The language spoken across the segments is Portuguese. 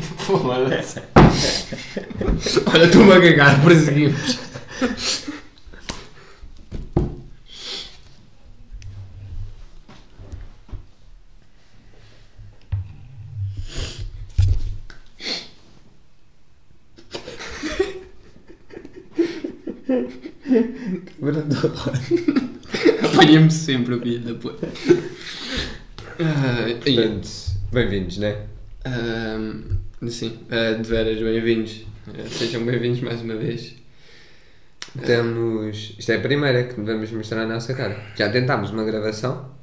Foda-se. Olha, estou-me a cagar, prosseguimos. Apanha-me sempre o filho da puta. Ah, e- Portanto, bem-vindos, né? Ahm, sim, ah, de veras, bem-vindos. Ah, sejam bem-vindos mais uma vez. Estamos. Isto é a primeira que vamos mostrar a nossa cara. Já tentámos uma gravação.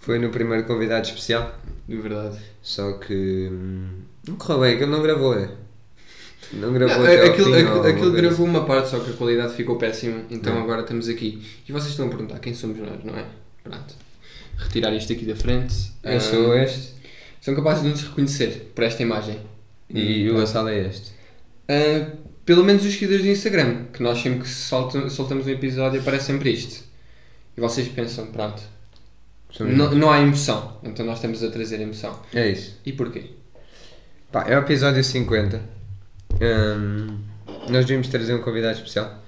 Foi no primeiro convidado especial. De verdade. Só que. hum, Não correu bem, aquilo não gravou, né? Não gravou Não, até ao aquilo fim, aquilo- ou alguma aquilo coisa assim. É. gravou uma parte, só que a qualidade ficou péssima, então Não. agora estamos aqui. E vocês estão a perguntar quem somos nós, não é? Pronto. Retirar isto aqui da frente. assim. Eu Ah, sou este São capazes de nos reconhecer por esta imagem. Hum, e tá. o Gonçalo é este. Ah, pelo menos os seguidores do Instagram, que nós sempre que solta- soltamos um episódio aparece sempre isto. E vocês pensam, pronto, Somos- não, não há emoção, então nós estamos a trazer emoção. É isso. E porquê? Pá, é o episódio 50. Hum, nós vimos trazer um convidado especial.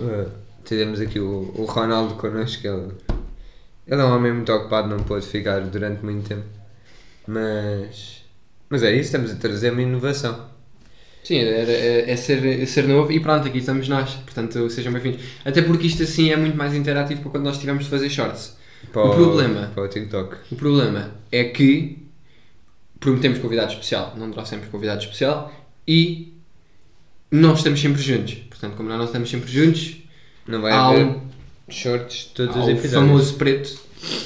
Uh, tivemos aqui o, o Ronaldo connosco. Ele, ele é um homem muito ocupado, não pôde ficar durante muito tempo. Mas, mas é isso, estamos a trazer uma inovação. Sim, é, é- é ser, é ser novo e pronto, aqui estamos nós, portanto sejam bem-vindos. Até porque isto assim é muito mais interativo para quando nós tivermos de fazer shorts. Para O Um problema. Para o TikTok. O problema é que prometemos convidado especial, não trouxemos convidado especial e não estamos sempre juntos. Portanto, como nós não estamos sempre juntos, Não vai Há haver um- shorts de todos Há os o episódios. famoso preto.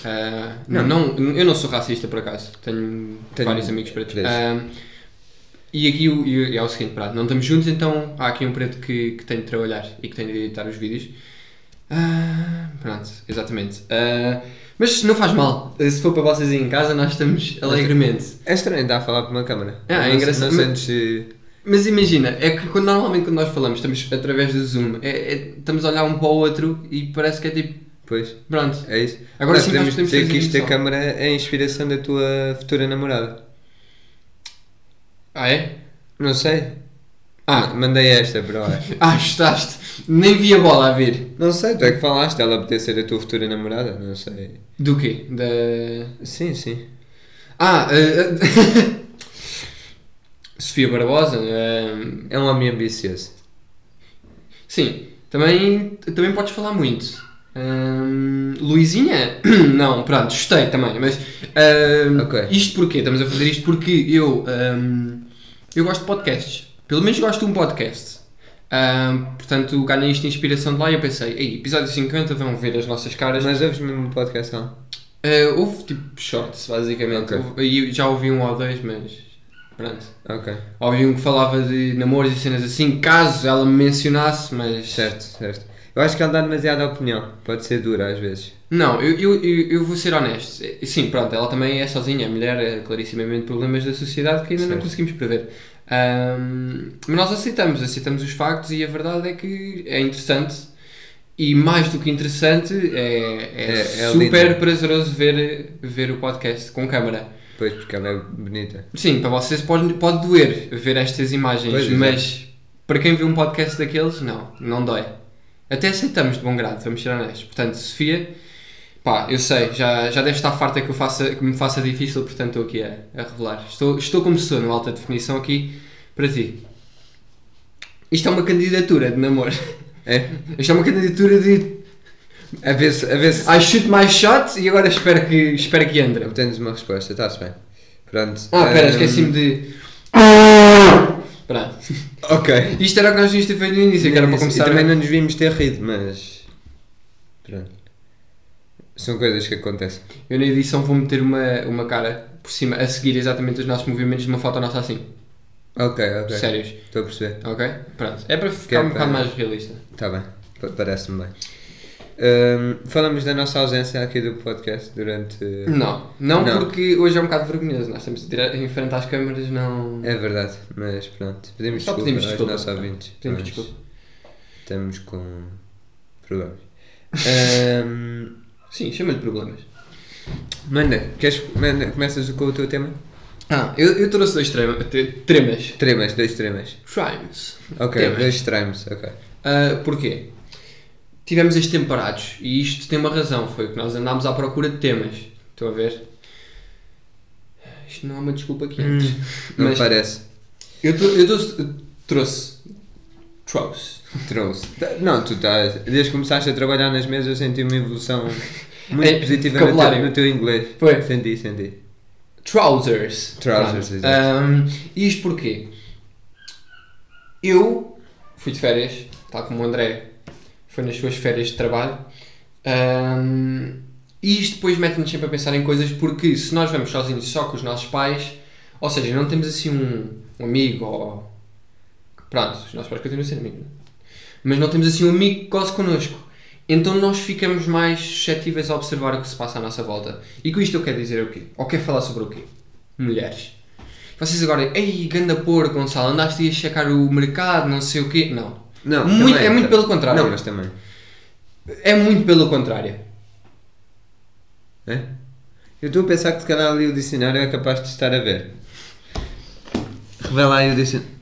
Ah, não. Não, eu não sou racista por acaso. Tenho, Tenho vários amigos pretos. três. Ah, e aqui o- e é o seguinte, prato, não estamos juntos, então há aqui um preto que, que tem de trabalhar e que tem de editar os vídeos. Ah, pronto, exatamente. Ah, mas não faz mal. Se for para vocês aí em casa, nós estamos alegremente. É estranho estar a falar para uma câmara. Ah, é Não se- engraçado, Não mas- sentes eh, Mas imagina, é que quando, normalmente quando nós falamos, estamos através do Zoom, é- é- estamos a olhar um para o outro e parece que é tipo, Pois, pronto. é isso. Agora Nós sim, nós podemos podemos dizer fazer que isto da edição. câmara é a inspiração da tua futura namorada. Ah, é? Não sei, Ah, Mandei esta, bro. ah, chutaste. Nem vi a bola a vir. Não sei, tu é que falaste, ela podia ser a tua futura namorada, não sei. Do quê? Da. Sim, sim. Ah, ah, ah, Sofia Barbosa. ah, É um homem ambicioso. sim, também, também podes falar muito. Ahm, Luizinha? Não, pronto, chutei também, mas. ahm, Ok. Isto porquê? Estamos a fazer isto porque eu. ahm, eu gosto de podcasts. Pelo menos gosto de um podcast. Ahm, portanto, ganhei esta inspiração de lá e eu pensei, Ei, episódio 50, vão ver as nossas caras. Mas ouves mesmo o podcast, não? Uh, houve tipo shorts, basicamente. Ok. Houve- e eu já ouvi um ou dois, mas. Pronto. Ok. Ouvi um que falava de namoros e cenas assim, caso ela me mencionasse, mas. Certo, certo. Eu acho que ela dá demasiada opinião. Pode ser dura às vezes. Não, eu, eu, eu, eu vou ser honesto. Eh, Sim, pronto, ela também é sozinha, a mulher é clarissimamente problemas da sociedade que ainda não Certo. conseguimos prever. Ahm, mas nós aceitamos, aceitamos os factos e a verdade é que é interessante. E mais do que interessante, é, é, É- é super lindo. prazeroso ver, ver o podcast com câmara. Pois, porque ela é bonita. Sim, para vocês pode, pode doer ver estas imagens, Pois, exato. mas para quem vê um podcast daqueles, não, não dói. Até aceitamos de bom grado, vamos ser honestos. Portanto, Sofia, pá, eu sei, já, já deve estar farta que, eu faça, que me faça difícil, portanto estou aqui a, a revelar. Estou, estou como sou, no alta definição aqui, para ti. Isto é uma candidatura de namoro. É? Isto é uma candidatura de A ver se. A ver se... I shoot my shot e agora espero que, espero que entre. Obtemos uma resposta, está-se bem. Pronto. Ah, pera, Ahm, esqueci-me de... Pronto. Ok. Isto era o que nós tínhamos de ter feito no início, que era para começar. né? E a- também não nos vimos ter rido, mas. Pronto. São coisas que acontecem. Eu na edição vou meter uma, uma cara por cima a seguir exatamente os nossos movimentos de uma foto nossa assim. Ok, ok. Sérios. Estou a perceber. Ok? Pronto. É para ficar Que é um para- bocado mais realista. Está Tá bem, pa- parece-me bem. Ahm, falamos da nossa ausência aqui do podcast durante. Não. não. Não. porque hoje é um bocado vergonhoso. Nós temos de tirar em frente às câmaras, não. É verdade, mas pronto. Pedimos Só desculpa pedimos aos desculpa. nossos ouvintes. Pedimos mas desculpa. Estamos com problemas. Hum, Ahm, Sim, chama-lhe problemas. manda, queres, manda, começas com o teu tema? Ah, eu, eu trouxe dois trema, te- tremas. Tremas, dois tremas. Trimes. Ok, Temas. dois tremas, ok. Ah, porquê? Tivemos este tempo parados e isto tem uma razão, foi que nós andámos à procura de temas. Estão a ver? Isto não é uma desculpa aqui antes. Hum, Não Mas parece. eu, trou- eu trouxe, eu trouxe. Trouxe. Trouxe. Tá- Não, tu estás. Desde que começaste a trabalhar nas mesas, eu senti uma evolução muito É, positiva no teu, vocabulário. no teu inglês. Foi. Senti, senti. Trousers. Trousers, Pronto. exato. Ahm, e isto porquê? Eu fui de férias, tal como o André foi nas suas férias de trabalho. ahm, e isto depois mete-nos sempre a pensar em coisas porque se nós vamos sozinhos só com os nossos pais, ou seja, não temos assim um, um amigo ou. Pronto, os nossos pais continuam a ser amigos, não é? mas não temos assim um amigo que goze connosco. Então nós ficamos mais suscetíveis a observar o que se passa à nossa volta. E com isto eu quero dizer o quê? Ou quero falar sobre o quê? Mulheres. Vocês agora, ei, ganda porco, Gonçalo, andaste aí a checar o mercado, não sei o quê. Não. Não, Muito- também, é muito tá- pelo contrário. Não, mas também. É muito pelo contrário. É? Eu estou a pensar que se calhar ali o dicionário é capaz de estar a ver. Revela aí o dicionário.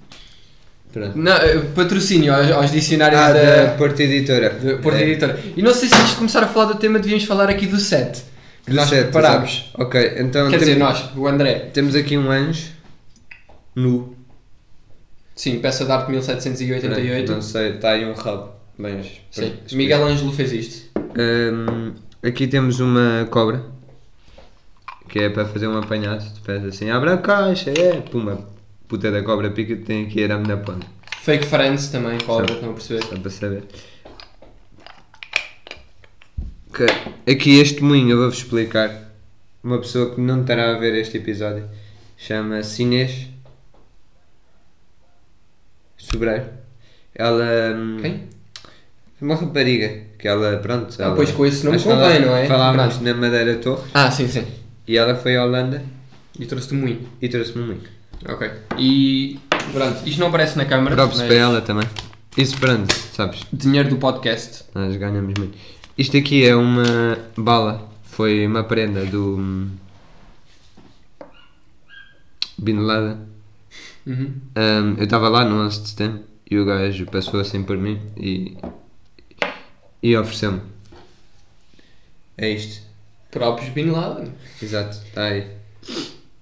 Pronto. Não, eh, patrocínio aos, aos dicionários Ah, da, da Porta Editora. da Porta É. Editora. E não sei se antes de começar a falar do tema devíamos falar aqui do set. Que Do nós set, preparámos. exato. Ok, então Quer temos, dizer, nós, o André. temos aqui um anjo nu. Sim, peça de arte Não, 1788. sei, está aí um rabo. Mas, Sim, pronto, Miguel Ângelo fez isto. Hum, aqui temos uma cobra que é para fazer um apanhado. Tu pensas assim, abre a caixa, é, puma, puta da cobra pica, tem aqui arame na ponta, Fake Friends também, cobra, não perceber. só para saber. Ok, Aqui este moinho, eu vou-vos explicar. Uma pessoa que não estará a ver este episódio chama-se Inês Sobreiro. Ela. hum, é Quem? uma rapariga que ela, pronto. Ah, ela- pois, com esse nome nós convém, não é? Falámos na Madeira Torre Ah, sim, sim. e ela foi à Holanda E trouxe-te muito. e trouxe-me um link. Ok. E. Pronto, isto não aparece na câmara. Props mas para ela também. Isso pronto, sabes? Dinheiro do podcast. Nós ganhamos muito. Isto aqui é uma bala, foi uma prenda do. hum, Bin Laden. Uhum. Hum, eu estava lá no 11 de setembro e o gajo passou assim por mim e. e ofereceu-me. É isto. Próprios Bin Laden. Exato, está aí.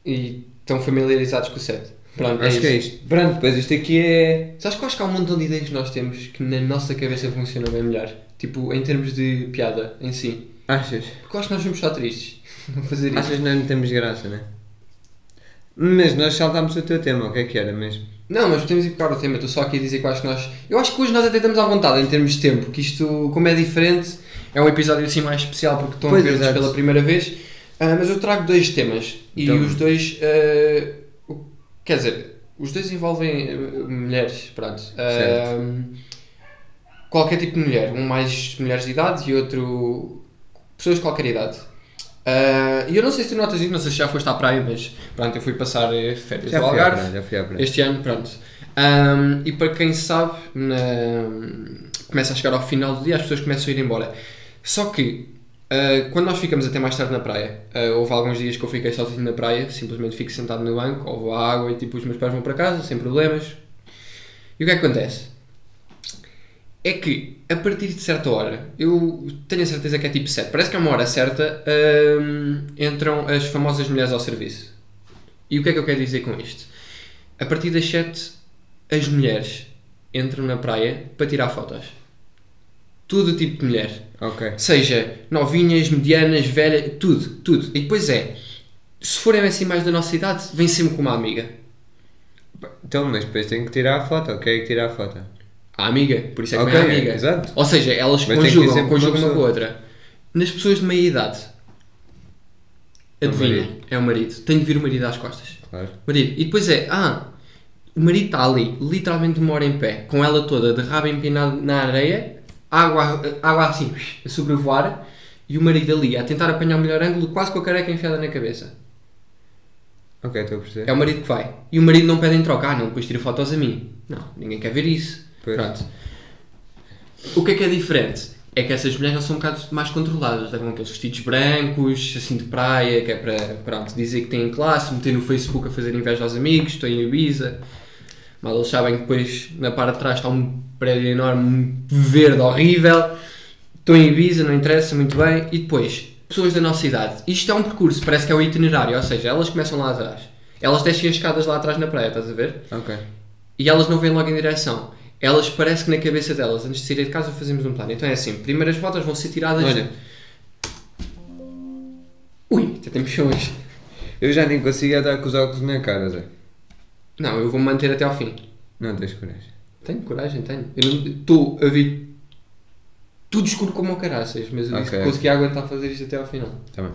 E estão familiarizados com o set. Pronto, Acho é que é isso. isto. Pronto, depois isto aqui é. Sabes que eu acho que há um montão de ideias que nós temos que na nossa cabeça funcionam bem melhor. Tipo, em termos de piada em si. Achas? Porque eu acho que nós somos só tristes. Não fazer isso. Achas que nós não temos graça, né? Mas nós saltámos o teu tema, o que é que era mesmo? Não, mas podemos ir para o tema. Estou só aqui a dizer que eu acho que nós. Eu acho que hoje nós até estamos à vontade em termos de tempo. Que isto, como é diferente, é um episódio assim mais especial porque estão Pois, a ver-nos exato. pela primeira vez. Ah, mas eu trago dois temas. E Então. os dois. ah, o- quer dizer, os dois envolvem ah, mulheres. Pronto. Ah, qualquer tipo de mulher. Um mais mulheres de idade e outro. pessoas de qualquer idade. Ah, E eu não sei se tu notas isso, não sei se já foste à praia, mas pronto, eu fui passar eh, férias Já ao fui à Algarve. praia, já fui à praia. Este ano, pronto. Ahm, e para quem sabe, na- começa a chegar ao final do dia, as pessoas começam a ir embora. Só que, ah, quando nós ficamos até mais tarde na praia, ah, houve alguns dias que eu fiquei sozinho na praia, simplesmente fico sentado no banco, ou vou à água e tipo os meus pais vão para casa, sem problemas. E o que é que acontece? É que, a partir de certa hora, eu tenho a certeza que é tipo 7, parece que é uma hora certa, ahm, entram as famosas mulheres ao serviço. E o que é que eu quero dizer com isto? A partir das 7, as mulheres entram na praia para tirar fotos. Todo tipo de mulher. Ok. Seja novinhas, medianas, velhas, tudo, tudo. E depois é, se forem assim mais da nossa idade, vem sempre com uma amiga. Então, mas depois tenho que tirar a foto, quem é que tira a foto? A amiga, por isso é que Ok, vem a amiga. exato. Ou seja, elas Mas tem que ir sempre conjugam, com conjugam uma uma com a pessoa. outra. Nas pessoas de meia idade, É o adivinha, marido. é o marido. Tem de vir o marido às costas. Claro. Marido. E depois é, ah, o marido está ali, literalmente uma hora em pé, com ela toda de rabo empinado na areia, água, água assim, a sobrevoar, e o marido ali a tentar apanhar o melhor ângulo, quase com a careca enfiada na cabeça. Ok, estou a perceber. É o marido que vai. E o marido não pede em troca, ah, não, depois tira fotos a mim. Não, ninguém quer ver isso. Pois. Pronto. O que é que é diferente? é que essas mulheres já são um bocado mais controladas, levam aqueles vestidos brancos, assim de praia, que é para pronto, dizer que têm classe, meter no Facebook a fazer inveja aos amigos, estou em Ibiza. Mas eles sabem que depois na parte de trás está um prédio enorme, um verde, horrível. Estou em Ibiza, não interessa, muito bem. E depois, pessoas da nossa idade. Isto é um percurso, parece que é o itinerário, ou seja, elas começam lá atrás. Elas descem as escadas lá atrás na praia, estás a ver? Ok. e elas não vêm logo em direção. Elas parece que na cabeça delas, antes de sair de casa, fazemos um plano. Então é assim: primeiras fotos vão ser tiradas. Olha. Ui, até temos chões. Eu já nem consigo andar com os óculos na cara, Zé. Não, eu vou manter até ao fim. Não tens coragem. Tenho coragem, tenho. Eu não estou a vir tudo escuro como o caraças, mas eu disse Ok. que consegui aguentar fazer isto até ao final. Tá bem.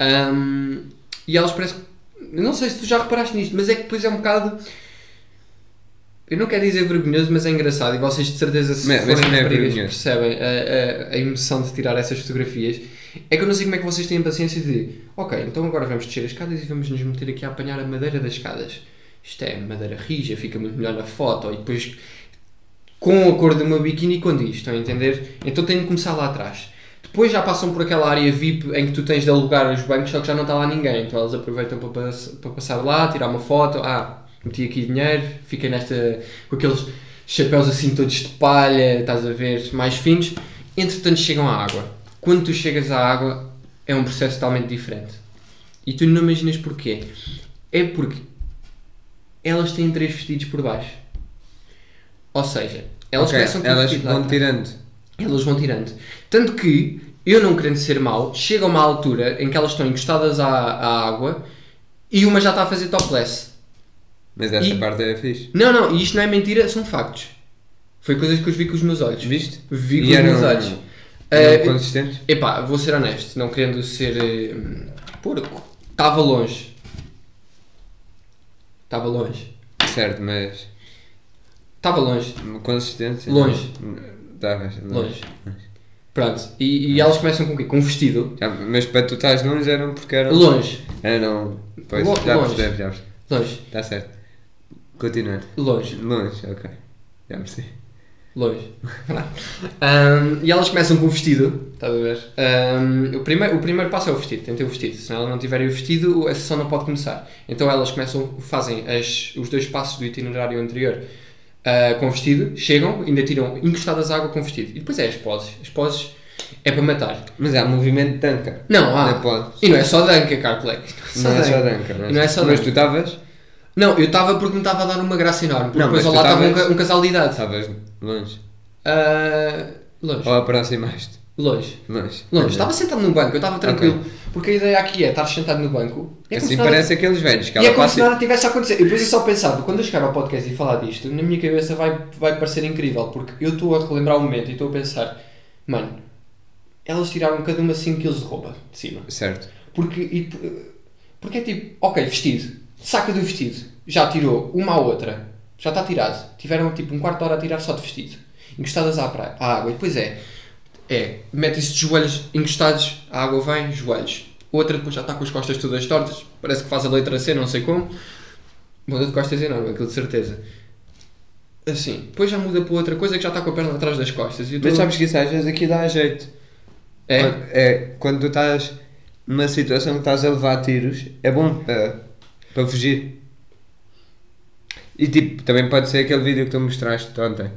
Ahm, e elas parecem. que- eu Não sei se tu já reparaste nisto, mas é que depois é um bocado. Eu não quero dizer vergonhoso, mas é engraçado. E vocês de certeza se Mas- mas forem não é raparigas vergonhoso. percebem a, a, a emoção de tirar essas fotografias. É que eu não sei como é que vocês têm a paciência de. Ok, então agora vamos descer as escadas e vamos nos meter aqui a apanhar a madeira das escadas. Isto é madeira rija, fica muito melhor na foto. E depois com a cor do meu biquíni quando isto, estão a entender? Então tenho de começar lá atrás. Depois já passam por aquela área VIP em que tu tens de alugar os bancos, só que já não está lá ninguém. Então elas aproveitam para, pass- para passar lá, tirar uma foto. Ah, meti aqui dinheiro, fiquei nesta. com aqueles chapéus assim todos de palha, estás a ver, mais finos. Entretanto chegam à água. Quando tu chegas à água, é um processo totalmente diferente. E tu não imaginas porquê. É porque elas têm três vestidos por baixo. Ou seja, elas Ok, começam com um elas vestido lá vão atrás. tirando. Elas vão tirando. Tanto que, eu não querendo ser mau, chega uma altura em que elas estão encostadas à, à água e uma já está a fazer topless. Mas essa E- parte era fixe. Não, não, e isto não é mentira, são factos. Foi coisas que eu vi com os meus olhos. Viste? Vi E com os eram- meus olhos. Eram Eh, consistentes? Epá, vou ser honesto, não querendo ser eh, hum, porco. Estava longe. Estava longe. Certo, mas. Estava longe. Consistência? Longe. Tá, mas- Longe. Pronto. E, e elas começam com o quê? Com um vestido. Já, mas para tu estás longe eram porque eram. Longe. Eram. Pois, Lo- já longe. percebo, já percebo. Longe. Está certo. Continuando. Longe. Longe, ok. Já percebi. Longe. Ahm, e elas começam com o vestido, estás a ver? Ahm, o, primeiro, o primeiro passo é o vestido, tem que ter o vestido. Se elas não tiverem o vestido, a sessão não pode começar. Então elas começam, fazem as- os dois passos do itinerário anterior ah, com o vestido, chegam, ainda tiram encostadas à água com o vestido. E depois é as poses. As poses é para matar. Mas há movimento de tanca. Não, há. Não pode. E não é só danca, Carl Black. Não é só danca, Não é só Mas danca. tu estavas? Não, eu estava porque me estava a dar uma graça enorme. Porque Não, depois mas ao tu lado estava um, estavas- ca- um casal de idade. Estavas longe. Ah, longe, Ou aproximaste? longe. Longe. Assim Longe, estava sentado no banco, eu estava tranquilo. Porque a ideia aqui é estar sentado no banco. É como Assim se nada- parece aqueles velhos que E é ela como se passa. nada tivesse a acontecer. E depois eu só pensava, quando eu chegar ao podcast e falar disto, na minha cabeça vai, vai parecer incrível, porque eu estou a relembrar o momento e estou a pensar, mano, elas tiraram cada uma 5kg de roupa de cima. Certo. Porque, e- porque é tipo, ok, vestido, saca do vestido, já tirou uma à outra, já está tirado. Tiveram tipo um quarto de hora a tirar só de vestido, encostadas à, praia, à água, e depois é, é, metem-se de joelhos encostados, a água vem, joelhos. Outra depois já está com as costas todas tortas, parece que faz a letra C, não sei como. Muda de costas é enorme, aquilo de certeza. Assim, depois já muda para outra coisa que já está com a perna atrás das costas. E eu Mas tô- sabes que isso às vezes aqui dá jeito. é, Quando, é, quando tu estás numa situação que estás a levar tiros, é bom para, para fugir. E tipo, também pode ser aquele vídeo que tu mostraste ontem.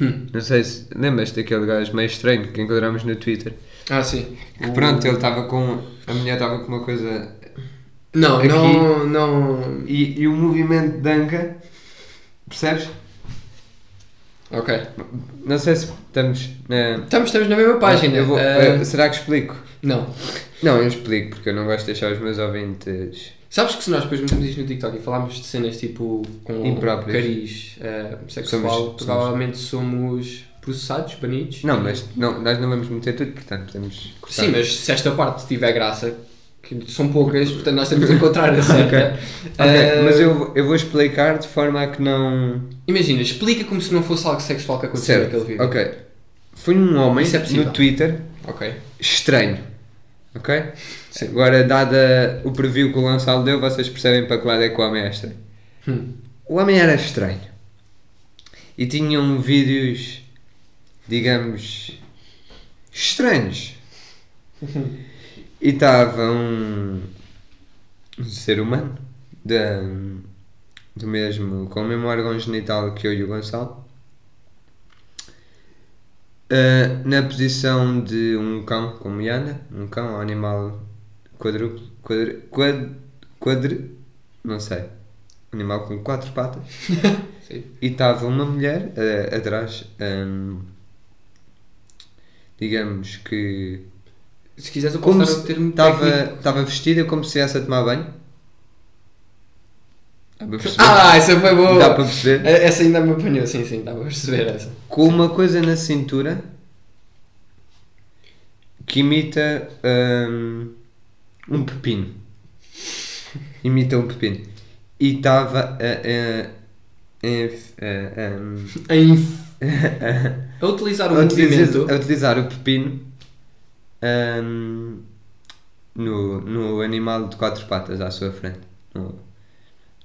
Hum. Não sei se lembras daquele gajo meio estranho que encontramos no Twitter. Ah, sim. Que pronto, ele estava com. A mulher estava com uma coisa. Não, Aqui- não, não. E, e o movimento de anca. Percebes? Ok. Não sei se estamos na. Estamos, estamos na mesma página. Eu vou- Ah, eh, será que explico? não. Não, eu explico porque eu não gosto de deixar os meus ouvintes. Sabes que se nós depois metemos isto no TikTok e falarmos de cenas tipo com Impróprias. cariz ah, sexual, Somos- somos- provavelmente somos processados, banidos. Não, mas não, nós não vamos meter tudo, portanto, temos que cortar. Sim, mas se esta parte tiver graça, que são poucas, portanto nós temos de encontrar a certa. Ok, Ah, mas eu, vou- eu vou explicar de forma a que não. Imagina, explica como se não fosse algo sexual que aconteceu naquele vídeo. Ok. Foi um homem Isso é possível. no Twitter Ok. estranho. Ok? Agora, dada o preview que o Gonçalo deu, vocês percebem para que lado é que o homem é estranho. Hum. O homem era estranho. E tinham vídeos, digamos, estranhos. e estava um, um ser humano da, do mesmo, com o mesmo órgão genital que eu e o Gonçalo. ah, na posição de um cão, como Yana, um cão, um animal quadrúpede, quadr, quad, quadr, não sei, animal com quatro patas, Sim. e estava uma mulher eh, atrás, ahm, digamos que Se quiseres eu posso como dar o termo técnico. estava vestida como se estivesse a tomar banho. Dá para perceber? Ah, essa foi boa! Dá para perceber? Eh, Essa ainda me apanhou, sim, sim, dá para perceber essa. Com uma coisa na cintura que imita hum, um pepino. Imita um pepino. E estava a, a, a, a, hum, A, inf- É a utilizar o a utilizar, um movimento. a utilizar o pepino ahm, no, no animal de quatro patas à sua frente. No,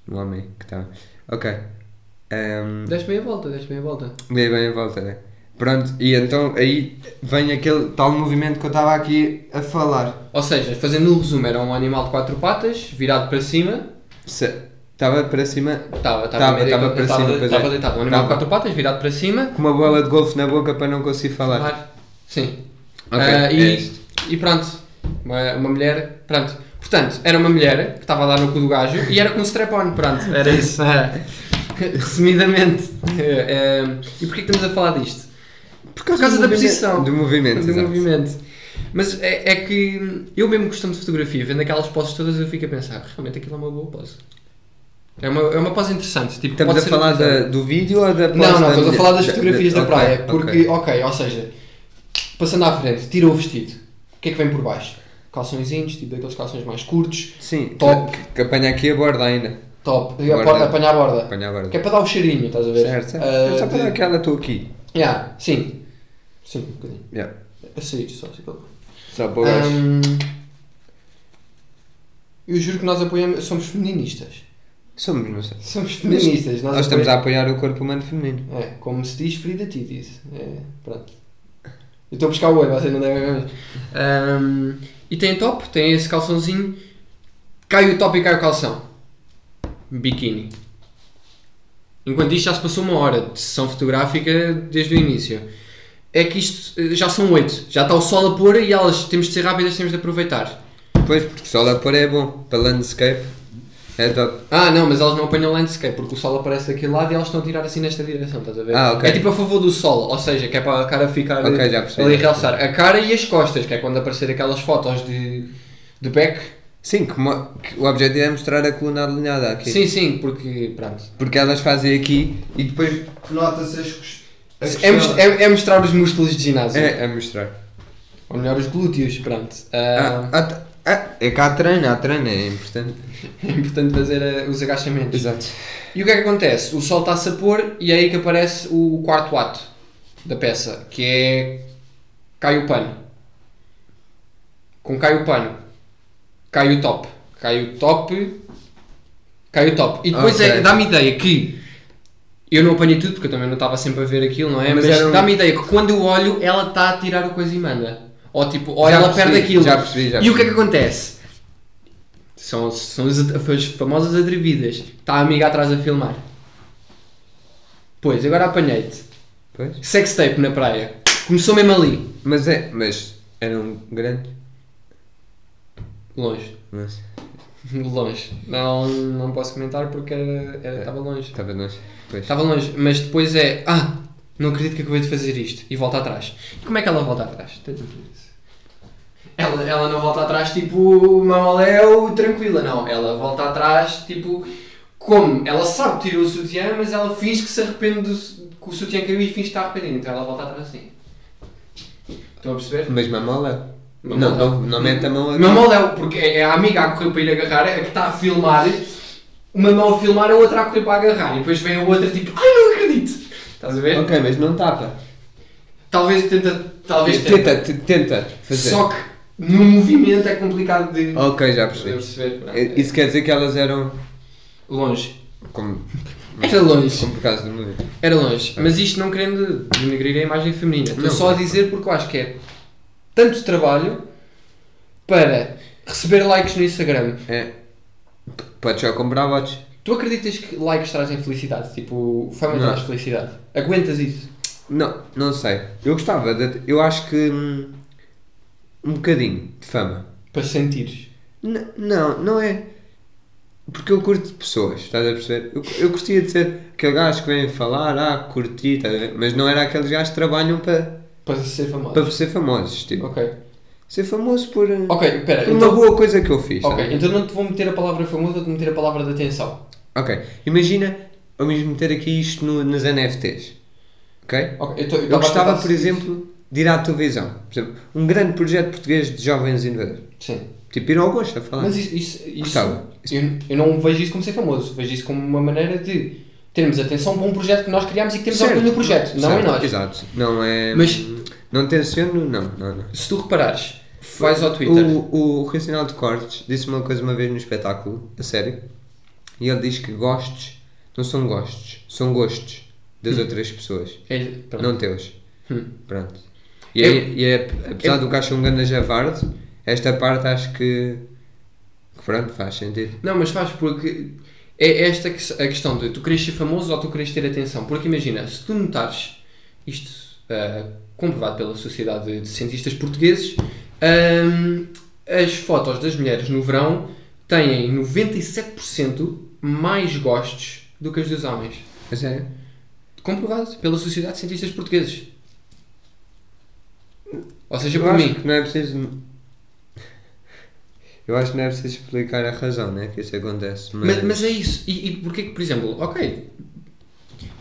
no homem que estava. Ok. Hum, Ahm, Deste meia volta, deste meia volta. dei bem a volta, né? Pronto, e então aí vem aquele tal movimento que eu estava aqui a falar. Ou seja, fazendo um resumo, era um animal de quatro patas, virado para cima. Se- Estava para cima Estava, Tava, estava, tava para cima, pois é. Estava deitado. Um animal de Tava. quatro patas, virado para cima. com uma bola de golfe na boca para não conseguir falar. Claro. Sim. Ok, Ah, é e, isto. e pronto. Uma, uma mulher. Pronto. Portanto, era uma mulher que estava a dar no cu do gajo e era com um strap-on. Pronto, era isso. é. Resumidamente. É, é, e porquê que estamos a falar disto? Por causa da posição. Do movimento. Do exato. um movimento. Mas é, é que hum, eu mesmo gostando de fotografia, vendo aquelas poses todas, eu fico a pensar, realmente aquilo é uma boa pose. É uma, é uma pose interessante. Tipo, Estamos pode a ser falar utilizada. da- do vídeo ou da Não, pose não, da estamos a mulher? falar das fotografias da, ok, praia. ok. Porque, ok, ou seja, passando à frente, tira o vestido. O que é que vem por baixo? Calçõezinhos, tipo daqueles calções mais curtos, Sim, Top. que, que apanha aqui a borda ainda. top, e a Borda. borda, apanha a borda. Apanha a borda. Que é para dar o cheirinho, estás a ver? Certo, certo. Ah, Eu só para de- dar aquela estou aqui. Yeah, sim. Sim, um bocadinho. Yeah. A sair, só assim pouco. Só para o gajo. Hum, eu juro que nós apoiamos, somos feministas. Somos, não sei. Somos feministas. Nós estamos a apoiar o corpo humano feminino. É, como se diz, Frida ti diz. É, pronto. Eu estou a buscar o olho, vocês não devem ver. Ahm, e tem top, tem esse calçãozinho. Cai o top e cai o calção. Biquíni. Enquanto isto já se passou uma hora de sessão fotográfica desde o início. É que isto eh, já são oito. Já está o sol a pôr e elas temos de ser rápidas, temos de aproveitar. Pois, porque só lá pôr é bom. Para landscape é top. Ah, não, mas elas não apanham landscape porque o sol aparece daquele lado e elas estão a tirar assim nesta direção, estás a ver? Ah, ok. É tipo a favor do sol, ou seja, que é para a cara ficar Ok, já percebi. ali a realçar. A cara e as costas, que é quando aparecer aquelas fotos de, de back. Sim, que, mo- que o objetivo é mostrar a coluna alinhada aqui. Sim, sim, porque. Pronto. Porque elas fazem aqui e depois nota-se as cos- a É, mos- costela. é- é mostrar os músculos de ginásio. É, a mostrar. Ou melhor, os glúteos, pronto. Ah, Ah, ah, t- ah, é que há treino, há treino, é importante. É importante fazer ah, os agachamentos. Exato. E o que é que acontece? O sol está-se a pôr e é aí que aparece o quarto ato da peça, que é. cai o pano. Com cai o pano. Cai o top. Cai o top. Cai o top. E depois Ok. é, dá-me ideia que. Eu não apanhei tudo porque eu também não estava sempre a ver aquilo, não é? Mas, Mas era um- dá-me ideia que quando eu olho, ela está a tirar o coisa e manda. Ou tipo, ou Já ela percebi, perde aquilo. já percebi, já e o que é percebi. que acontece? São, são as, as famosas atrevidas. Está a amiga atrás a filmar. Pois, agora apanhei-te. Pois. Sex tape na praia. Começou mesmo ali. Mas é, mas era um grande. Longe. Mas Longe. Não, não posso comentar porque era- era- estava longe. É, estava longe. Pois. Estava longe, mas depois é. Ah, não acredito que acabei de fazer isto. E volta atrás. E como é que ela volta atrás? Tenta ver isso. Ela, ela não volta atrás tipo mamaleu, tranquila, não. Ela volta atrás tipo. Como? Ela sabe que tirou o sutiã, mas ela finge que se arrepende do, su- que o sutiã caiu e finge que está arrependido. Então ela volta atrás assim. Estão a perceber? Mas mamola? Não, Mamola. não, não mete a mão aqui. Uma mão leva, porque é a amiga a correr para ir agarrar, é que está a filmar, uma mão a filmar, a outra a correr para agarrar, e depois vem a outra tipo, ai não acredito! Estás a ver? Ok, mas não tapa. Talvez tenta, talvez tenta, Tenta, te- tenta fazer. Oh, só que no movimento é complicado de Ok, já de percebi. perceber. pronto, é. Eh, Isso quer dizer que elas eram. Longe. Como, Era longe. como por causa do movimento. Era longe. Mas isto não querendo denegrir a imagem feminina. Estou Ah. Não. só a dizer porque eu acho que é tanto trabalho para receber likes no Instagram. É. P- Podes só comprar bots. Tu acreditas que likes trazem felicidade? Tipo, fama Não. traz felicidade. Aguentas isso? Não, não sei. Eu gostava de. Eu acho que. hum, um bocadinho de fama. Para sentires. N- não, não é. Porque eu curto pessoas, estás a perceber? Eu, eu curtia de ser aquele gajo que vem falar, ah, curti, estás a ver? Mas não era aqueles gajos que trabalham para Para ser famoso. para ser famosos, tipo. Ok. Ser famoso por, eh, Ok, espera. por uma Então, boa coisa que eu fiz. ok, sabe? então não te vou meter a palavra famoso, vou-te meter a palavra de atenção. ok. Imagina, vamos meter aqui isto no, nas NFTs. Ok? Ok, eu, tô- eu tava Eu a tentar gostava, por seguir. exemplo, de ir à televisão. Por exemplo, um grande projeto português de jovens inovadores. Sim. Tipo, ir ao gosto a falar. Mas isso. isso, isso- Gostava. eu, eu não vejo isso como ser famoso. Vejo isso como uma maneira de termos atenção para um projeto que nós criámos e que temos Certo. orgulho no projeto. Não é Certo, nós. Exato. Não é. Mas- Não tenciono, não, não, não. Se tu reparares, vais ao Twitter. O, o Rui Sinal de Cortes disse uma coisa uma vez no espetáculo, a sério, e ele diz que gostos não são gostos, são gostos das outras pessoas, É, Hum. pronto. não teus. Hum. Pronto. E, é, e é- apesar do gajo ser um grande javarde, esta parte acho que. que Pronto, faz sentido. Não, mas faz porque é esta que- a questão de tu queres ser famoso ou tu queres ter atenção. Porque imagina, se tu notares isto ah, comprovado pela Sociedade de Cientistas Portugueses, ahm, as fotos das mulheres no verão têm 97% mais gostos do que as dos homens. A é. sério? Comprovado pela Sociedade de Cientistas Portugueses. Ou seja, Eu por acho mim. que não é preciso. Eu acho que não é preciso explicar a razão, né? Que isso acontece. Mas, mas é isso. E, e porquê que, por exemplo, ok.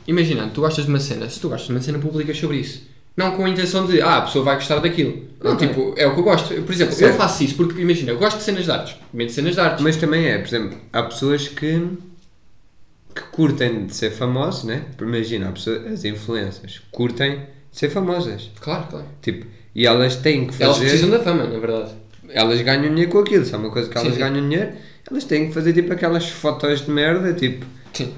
Imagina, tu gostas de uma cena, se tu gostas de uma cena, publicas sobre isso. Não com a intenção de, ah, a pessoa vai gostar daquilo. Não, Ok. tipo, é o que eu gosto. Eu, Por exemplo, eu Certo. faço isso porque, imagina, eu gosto de cenas de artes. Comento cenas de artes. Mas também é, por exemplo, há pessoas que, que curtem de ser famosas, né? Imagina, há pessoas, as influências curtem de ser famosas. Claro, claro. Tipo, e elas têm que Elas fazer. Elas, precisam da fama, na verdade. ganham dinheiro com aquilo, se é uma coisa que Sim, elas sim. ganham dinheiro, elas têm que fazer tipo aquelas fotos de merda, tipo, Sim.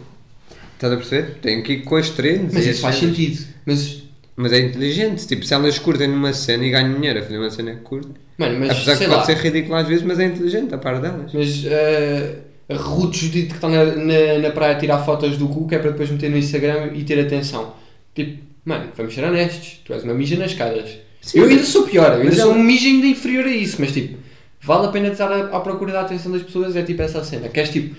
estás a perceber? Têm que ir com as trends. Mas isso e as faz cenas. sentido. Mas, é Mas é inteligente, tipo, se elas curtem numa cena e ganham dinheiro a fazer uma cena que curtem. mano, mas Apesar que sei pode lá. ser ridícula às vezes, mas é inteligente a par delas. Mas ah, a Ruth Judite que está na, na, na praia a tirar fotos do cu que é para depois meter no Instagram e ter atenção. Tipo, mano, vamos ser honestos, tu és uma mija nas escadas. Sim, eu mas- ainda sou pior, eu ainda mas é sou ela- um mija ainda inferior a isso, mas tipo, vale a pena estar à, à procura da atenção das pessoas, é tipo essa cena, que és tipo,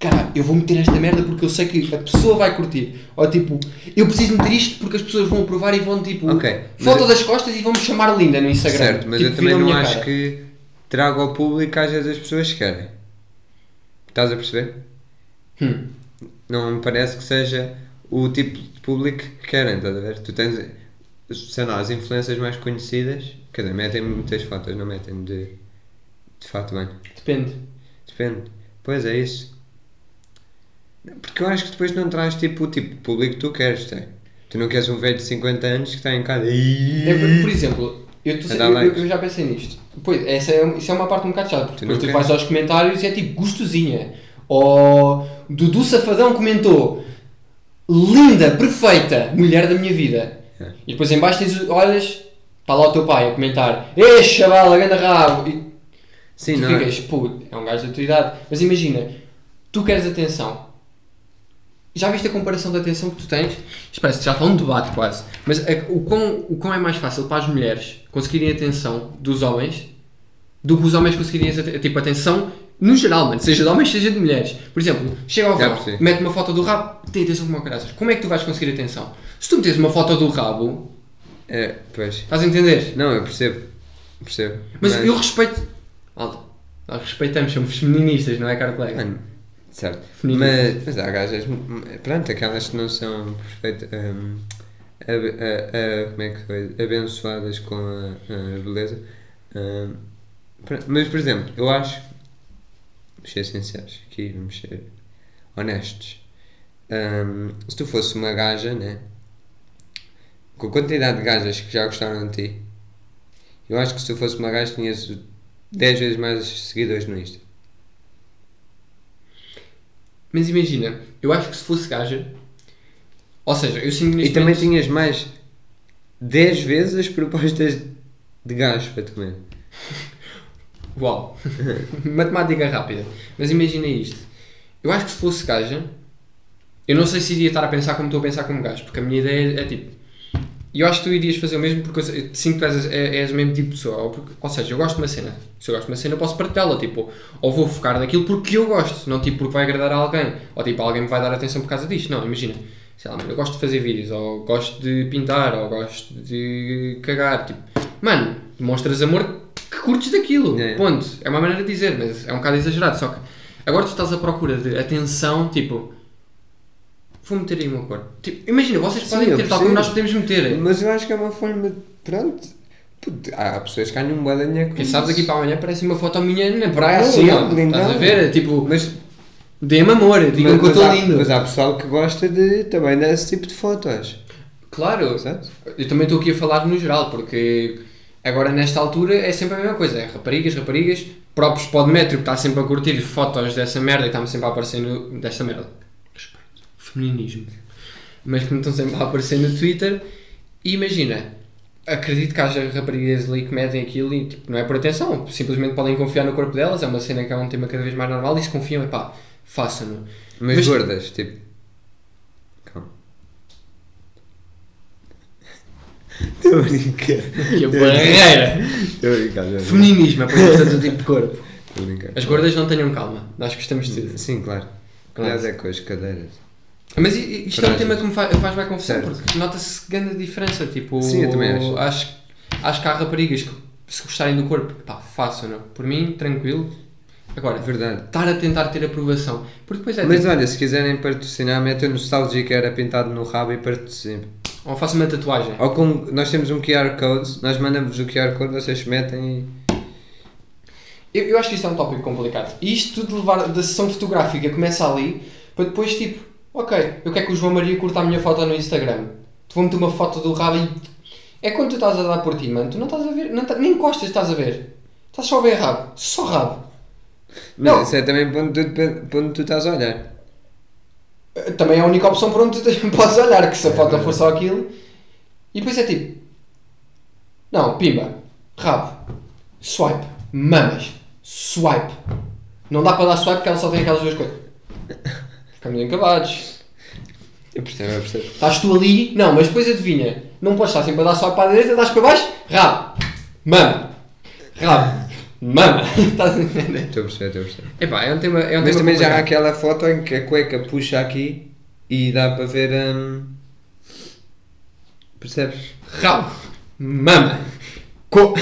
cara, eu vou meter esta merda porque eu sei que a pessoa vai curtir. Ou tipo, eu preciso meter isto porque as pessoas vão aprovar e vão tipo, Ok, mas foto eu- das costas e vão me chamar linda no Instagram. Certo, mas Tipo, eu também viram a não minha acho cara. que trago ao público às vezes as pessoas querem. Estás a perceber? Hum. Não me parece que seja o tipo de público que querem, estás a ver? Tu tens, sei lá, as influências mais conhecidas, quer dizer, metem muitas fotos, não metem de, de fato bem. Depende. Depende. Pois é isso. Porque eu acho que depois não traz tipo o tipo de público que tu queres, tem. Tu não queres um velho de 50 anos que está em casa. É por, por exemplo, eu, tô- É dar eu- likes. eu já pensei nisto. Pois, essa é, isso é uma parte um bocado chata, porque Tu depois não tu queres. vais aos comentários e é tipo gostosinha. Ou Dudu Safadão comentou linda, perfeita, mulher da minha vida. É. E depois em baixo tens, o- olhas, está lá o teu pai a comentar, ei chaval, grande rabo. E Sim, tu não. é? ficas, pô, é um gajo da tua idade. Mas imagina, tu queres atenção. Já viste a comparação da atenção que tu tens? Isto parece que já está um debate quase. Mas a- o, quão, o quão é mais fácil para as mulheres conseguirem atenção dos homens do que os homens conseguirem essa- tipo, atenção no geral, mano. Seja de homens, seja de mulheres. Por exemplo, chega ao Já verão, percebi. mete uma foto do rabo, tem atenção como caraças. Como é que tu vais conseguir atenção? Se tu metes uma foto do rabo, É, pois. estás a entender? Não, eu percebo. Percebo. Mas, eu respeito. Alto, nós respeitamos, somos feministas, não é, caro colega? Mano, certo. Feminino. Mas, mas há gajas. Pronto, aquelas que não são perfeitas. hum, abe- a- a- como é que foi? Abençoadas com a, a beleza. Hum, pr- mas, por exemplo, eu acho. Vamos ser sinceros aqui, vamos ser honestos. Hum, se tu fosse uma gaja, né? Com a quantidade de gajas que já gostaram de ti, eu acho que se tu fosse uma gaja, tinhas 10 vezes mais seguidores no Insta. Mas imagina, eu acho que se fosse gaja. Ou seja, eu sinto E neste também momento- tinhas mais 10 vezes as propostas de gás para comer. Uau! Matemática rápida. Mas imagina isto. Eu acho que se fosse gaja, eu não sei se iria estar a pensar como estou a pensar como gajo, porque a minha ideia é tipo. E eu acho que tu irias fazer o mesmo porque eu sei- eu te sinto que tu és, é- és o mesmo tipo de pessoa. Ou, porque- ou seja, eu gosto de uma cena. Se eu gosto de uma cena, eu posso partilhá-la. Tipo, ou vou focar naquilo porque eu gosto, não tipo porque vai agradar a alguém. Ou tipo, alguém me vai dar atenção por causa disto. Não, imagina. Sei lá, mano, eu gosto de fazer vídeos, ou gosto de pintar, ou gosto de cagar. Tipo, mano, demonstras amor que curtes daquilo. Yeah, yeah. Ponto. É uma maneira de dizer, mas é um bocado exagerado. Só que agora tu estás à procura de atenção, tipo. Vou meter aí uma cor. Tipo, imagina, vocês Sim, podem eu meter tal como percebo. nós podemos meter. Mas eu acho que é uma forma. de- Pronto. Puto, Há pessoas que ganham um bué de dinheiro com Quem sabe isso. daqui para amanhã aparece uma foto minha na praia Não, assim, eu, ó. lindão. Estás a ver? É Tipo, Mas, dê-me amor, digam mas, que eu mas, estou há, lindo. mas há pessoal que gosta de, também desse tipo de fotos. Claro, Certo? eu também estou aqui a falar no geral, porque agora nesta altura é sempre a mesma coisa. É raparigas, raparigas, próprios podmétrico que está sempre a curtir fotos dessa merda e está-me sempre a aparecer no... desta merda. Respeito. Feminismo. Mas que me estão sempre a aparecer no Twitter. E imagina, acredito que haja raparigas ali que medem aquilo e tipo, não é por atenção. Simplesmente podem confiar no corpo delas. É uma cena que é um tema cada vez mais normal e se confiam, epá, façam-no. Mas, Mas- gordas, tipo. Calma. Estou a brincar. Que a barreira! Estou a brincar, estou a brincar. Feminismo é por todo tipo de corpo. Estou a brincar. As gordas não tenham calma, nós gostamos de tudo. Sim, claro. Claro. Aliás, é com as cadeiras. Mas i- i- isto é um Frágeis. tema que me fa- faz, mais confusão, Certo. porque nota-se grande diferença. Tipo, Sim, eu também acho. acho. acho que há raparigas que, se gostarem do corpo, pá, façam, não? é? Por mim, tranquilo. Agora, É verdade. estar a tentar ter aprovação, porque depois é Mas tipo, olha, se quiserem patrocinar, metem nostalgia que era pintado no rabo e patrocinem. ou façam uma tatuagem. Ou como nós temos um QR Code, nós mandamos o QR Code, vocês metem e. Eu, eu acho que isto é um tópico complicado. E isto tudo levar da sessão fotográfica começa ali, para depois tipo, ok, eu quero que o João Maria curta a minha foto no Instagram. Tu vou meter uma foto do rabo e. É quando tu estás a dar por ti, mano, tu não estás a ver, não ta- nem encostas estás a ver. Estás só a ver rabo, só rabo. Mas Não. isso é também para onde, tu, depende- para onde tu estás a olhar. Eh, Também é a única opção para onde tu te- podes olhar, que se a foto for só aquilo. E depois é tipo. Não, pimba, rabo, swipe, mamas, swipe. Não dá para dar swipe porque ela só tem aquelas duas coisas. Ficamos encavados. Eu percebo, eu percebo. Estás tu ali, não, mas depois adivinha. Não podes estar sempre a dar swipe para a direita, dás para baixo, rabo, mama, rabo, mama. Estás a entender? Estou a perceber, estou a perceber. Epá, é um tema. É um Mas tema também já há complicado. aquela foto em que a cueca puxa aqui e dá para ver. hum, Percebes? Rabo, mama, co.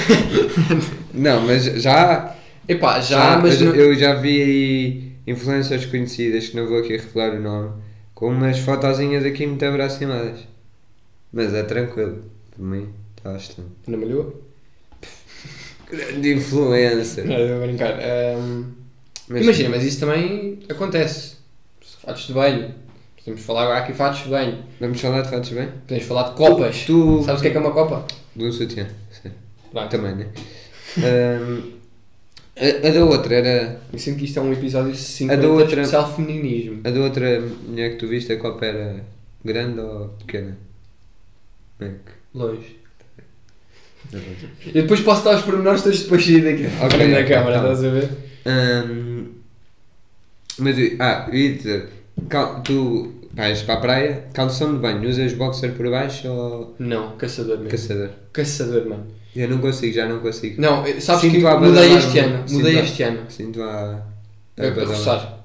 Não, mas já há. Epá, já, mas. Ah, eu, não- eu já vi aí influencers conhecidas, que não vou aqui revelar o nome, com umas fotozinhas aqui muito abracimadas. Mas é tranquilo, por mim, está bastante. Não malhou? Grande influencer. Não, eu vou brincar. Ahm, Mas- Imagina, mas isso também acontece. Fatos de banho. Podemos falar agora aqui de fatos de banho. Vamos falar de fatos bem? Podemos falar de copas. Tu- Sabes o que é que é uma copa? De um sutiã, sim. Pronto. Também, né? Hum, a, a da outra era. Eu sinto que isto é um episódio 50 A da outra- especial feminismo. A da outra mulher que tu viste, a copa era grande ou pequena? Como é que- Longe. Eu depois posso dar os pormenores todos depois de ir daqui. Ok, na ok, câmara, tá bom. estás a ver? Hum, mas, eu- ah, eu ia dizer, cal- tu vais para a praia, calção de banho, usas boxer por baixo ou Não, caçador mesmo. caçador? Caçador, mano. Eu não consigo, já não consigo. Não, eh, sabes Sinto que a mudei badalar-me. este ano. Sinto Mudei a- este ano. Sinto a. É para roçar.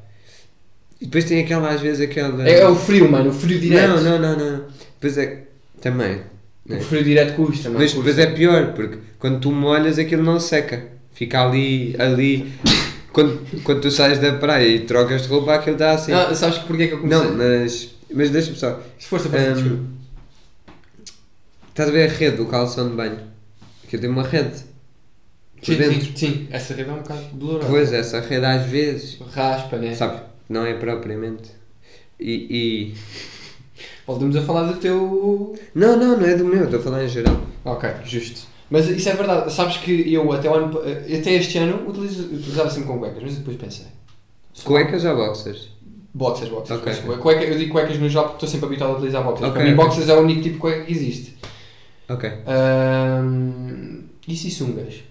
E depois tem aquela, às vezes, aquela. É, é o frio, mano. O frio direto. Não, não, não, não. Depois é. Também. não é? O frio direto custa, mano. Mas custa. depois é pior, porque quando tu molhas aquilo não seca. Fica ali, ali. Quando, quando tu sais da praia e trocas de roupa, aquilo dá assim. Ah, sabes que porque é que eu comecei? Não, Ehm, mas. Mas deixa-me só. Esforça Ahm, Estás a ver a rede do calção de banho? Aquilo tem uma rede. Por sim, dentro. sim, sim, essa rede é um bocado dolorosa. Pois, essa rede às vezes. Raspa, né? Sabe? Não é propriamente. E. e- Voltamos a falar do teu. Não, não, não é do meu, estou a falar em geral. Ok, justo. Mas isso é verdade, sabes que eu até, o ano, eh, até este ano utilizo, utilizava sempre com cuecas, mas depois pensei. Cuecas ou boxers? Boxers, boxers. Ok. mas Cueca, eu digo cuecas no geral porque estou sempre habituado a utilizar boxers. é Ok, Para mim, ok. boxers é o único tipo de cueca que existe. Ok. Ahm, E sungas?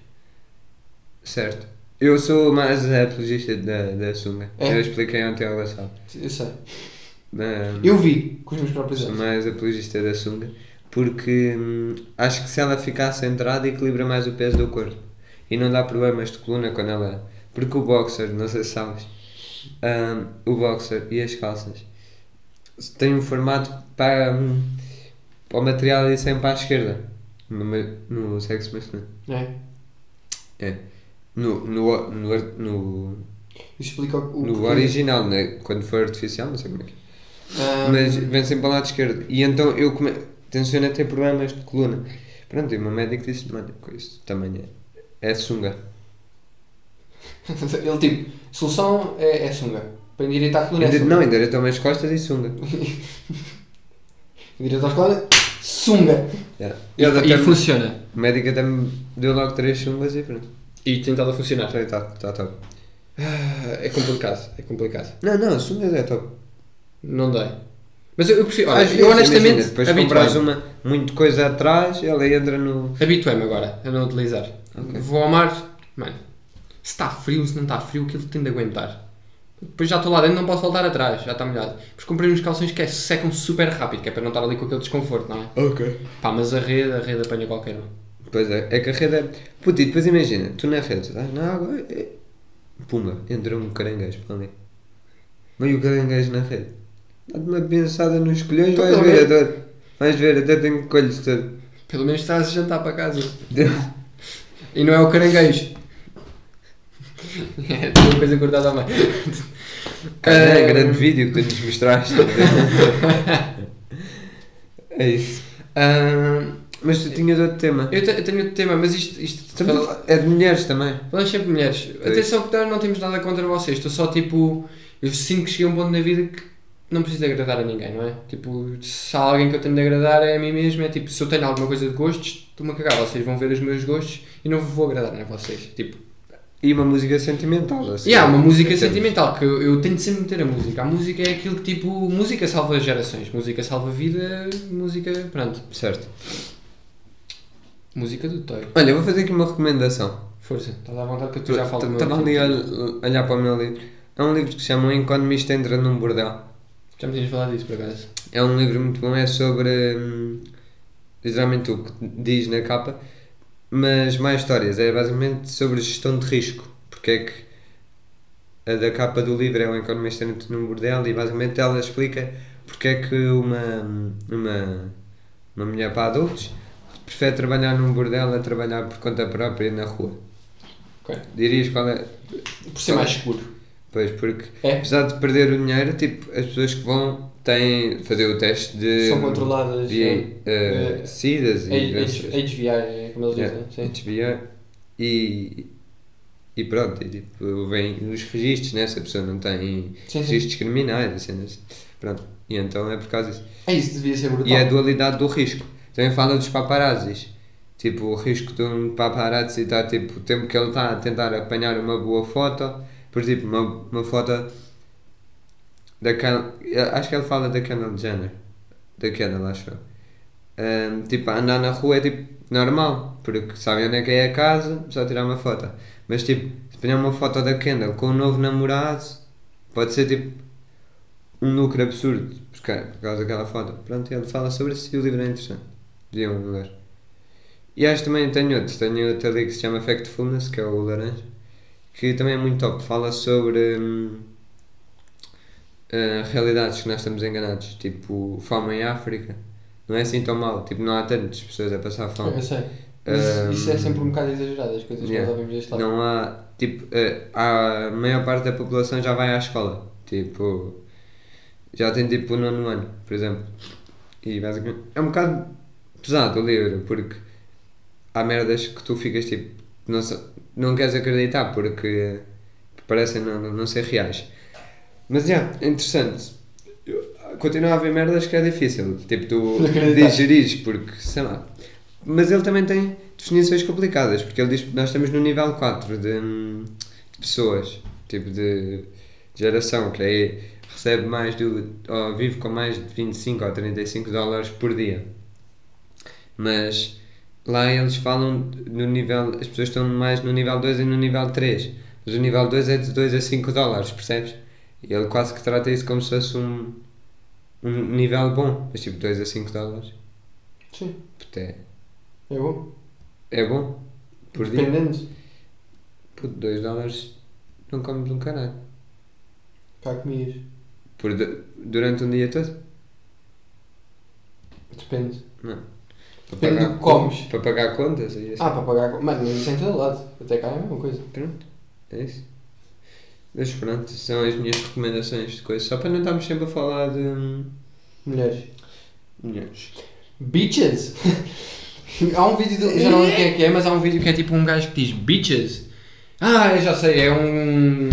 Certo. Eu sou mais apologista da, da sunga. É? Eu expliquei ontem ao Gonçalo. Eu sei. Ahm, Eu vi com os meus próprios sou olhos. mais apologista da sunga porque hum, acho que se ela ficar centrada equilibra mais o peso do corpo e não dá problemas de coluna quando ela. é. Porque o boxer, não sei se sabes, hum, o boxer e as calças têm um formato para, hum, para o material e sempre para a esquerda no, me- no sexo masculino. É. É. No, no, no, ar- no, Isso explica o. o no porquê. original, né? quando for artificial, não sei como é que é. Ahm, Mas vem sempre para o lado esquerdo. E então eu come... tenciono a ter problemas de coluna. Pronto, e o meu médico disse: Mano, com isso também é. É sunga. Ele tipo, solução é, é sunga. Para endireitar a coluna é Ainda, sunga. não, ainda eu também as costas e sunga. Endireitar as colunas, sunga. Yeah. E, Ele até e me- funciona. O médico até me deu logo três sungas e pronto. E tentado a funcionar. Está top. Tá, top. Ah, É complicado, é complicado. Não, não, sungas é top. Não dói. Mas eu, eu prefiro. Olha, Às eu vezes, honestamente imagina, depois compras habituei-me uma muito coisa atrás, ela entra no. habituei-me agora a não utilizar. Ok. Vou ao mar, mano, se está frio, se não está frio, aquilo tem de aguentar. Depois já estou lá dentro, não posso voltar atrás, já está molhado. Depois comprei uns calções que é- secam super rápido, que é para não estar ali com aquele desconforto, não é? Ok. Pá, mas a rede, a rede apanha qualquer um. Pois é, é que a rede é. Puta, e depois imagina, tu na rede estás na água. e- Pumba, entrou um caranguejo para ali. Meio caranguejo na rede. Dá-te uma pensada nos colhões, Então, vais tá ver a bem. dor. Vais ver, até tenho colhos todo. um Pelo menos estás a jantar para casa. E não é o caranguejo. É, tem uma coisa cortada à mão. Cara, Ah, é grande vídeo que tu nos mostraste. é isso. ah, Mas tu tinhas outro tema. eu, te- eu tenho outro tema, mas isto. isto Estamos a falar- É de mulheres também. Falamos sempre de mulheres. É Atenção que nós não temos nada contra vocês. Estou só tipo. Eu sinto que cheguei a um ponto na vida que não preciso de agradar a ninguém, não é? Tipo, se há alguém que eu tenho de agradar é a mim mesmo. É tipo, se eu tenho alguma coisa de gostos, estou-me a cagar. Vocês vão ver os meus gostos e não vos vou agradar, não é? Vocês. Tipo, E uma música sentimental. Assim. E há uma música Temos. sentimental que eu, eu tento sempre meter a música. A música é aquilo que tipo. Música salva gerações, música salva vida, música. Pronto. Certo. Música do Toy. Olha, vou fazer aqui uma recomendação. Força, estás à vontade que eu tu já falo do meu Estava ali livro. a a olhar para o meu livro. É um livro que se chama O Economista Entra num Bordel. Já me tinhas falado disso por acaso. É um livro muito bom, é sobre hum, literalmente o que diz na capa, mas mais histórias. É basicamente sobre gestão de risco. Porque é que a da capa do livro é um economista entra num bordel e basicamente ela explica porque é que uma, uma, uma mulher para adultos prefere trabalhar num bordel a trabalhar por conta própria na rua. Ok. Dirias qual é? Por ser mais seguro. Pois, porque É? apesar de perder o dinheiro, tipo, as pessoas que vão têm de fazer o teste de. São controladas. de é, eh, eh, SIDAs e é, doenças. é desviar, é como eles Yeah, dizem. Sim. desviar. E, e pronto, e, tipo, vem os registros, né? Se a pessoa não tem Sim, sim. registros criminais, assim, assim. Pronto, e então é por causa disso. É isso, devia ser brutal. E a dualidade do risco. Também fala dos paparazzis. Tipo, o risco de um paparazzi está tipo, o tempo que ele está a tentar apanhar uma boa foto. Por exemplo, uma, uma foto da Kan- eu Acho que ele fala da Kendall Jenner. Da Kendall, acho eu. Ahm, tipo, andar na rua é tipo normal, porque sabem onde é que é a casa, só tirar uma foto. Mas tipo, se apanhar uma foto da Kendall com um novo namorado, pode ser tipo um lucro absurdo por ca- por causa daquela foto. Pronto, ele fala sobre isso e o livro é interessante. Deviam ler. um E acho que também tenho outro, tenho outro ali que se chama Factfulness, que é o laranja, que também é muito top. Fala sobre hum, eh, realidades que nós estamos enganados, tipo fome em África. Não é assim tão mal, tipo, não há tantas pessoas a passar fome. Eu sei. Mas isso- isso é Ahm, sempre um bocado exagerado, as coisas que yeah. nós ouvimos deste lado. Não há. Tipo, eh, a maior parte da população já vai à escola. Tipo. Já tem tipo o nono ano, por exemplo. E basicamente. É um bocado pesado o livro, porque há merdas que tu ficas tipo. Não, sa- não queres acreditar porque parecem não, não ser reais. Mas já, é interessante. Eu- Continua a haver merdas que é difícil, tipo, tu Não acreditas. digerires, porque sei lá. Mas ele também tem definições complicadas, porque ele diz que nós estamos no nível 4 de, hum, de pessoas, tipo de geração, que aí recebe mais do. ou vive com mais de 25 ou 35 dólares por dia. Mas lá eles falam no nível. As pessoas estão mais no nível 2 e no nível 3. Mas o nível 2 é de 2 a 5 dólares, percebes? E ele quase que trata isso como se fosse um, um nível bom. Mas tipo 2 a 5 dólares. Sim, Puta, é- é bom. é bom. Por dia. Dependendo. Por 2 dólares não comes um caralho. Cá comias. Por du- durante um dia todo? Depende. Não. Para Depende do que comes. Para pagar contas e assim. Ah, para pagar. co- Mano, mas isso é em todo lado. Até cá é a mesma coisa. Pronto, Ah. é isso. Mas pronto, são as minhas recomendações de coisas. Só para não estarmos sempre a falar de hum, Mulheres. mulheres. Bitches! há um vídeo. do- Já não lembro quem é que é, mas há um vídeo que é tipo um gajo que diz bitches. Ah, eu já sei, é um.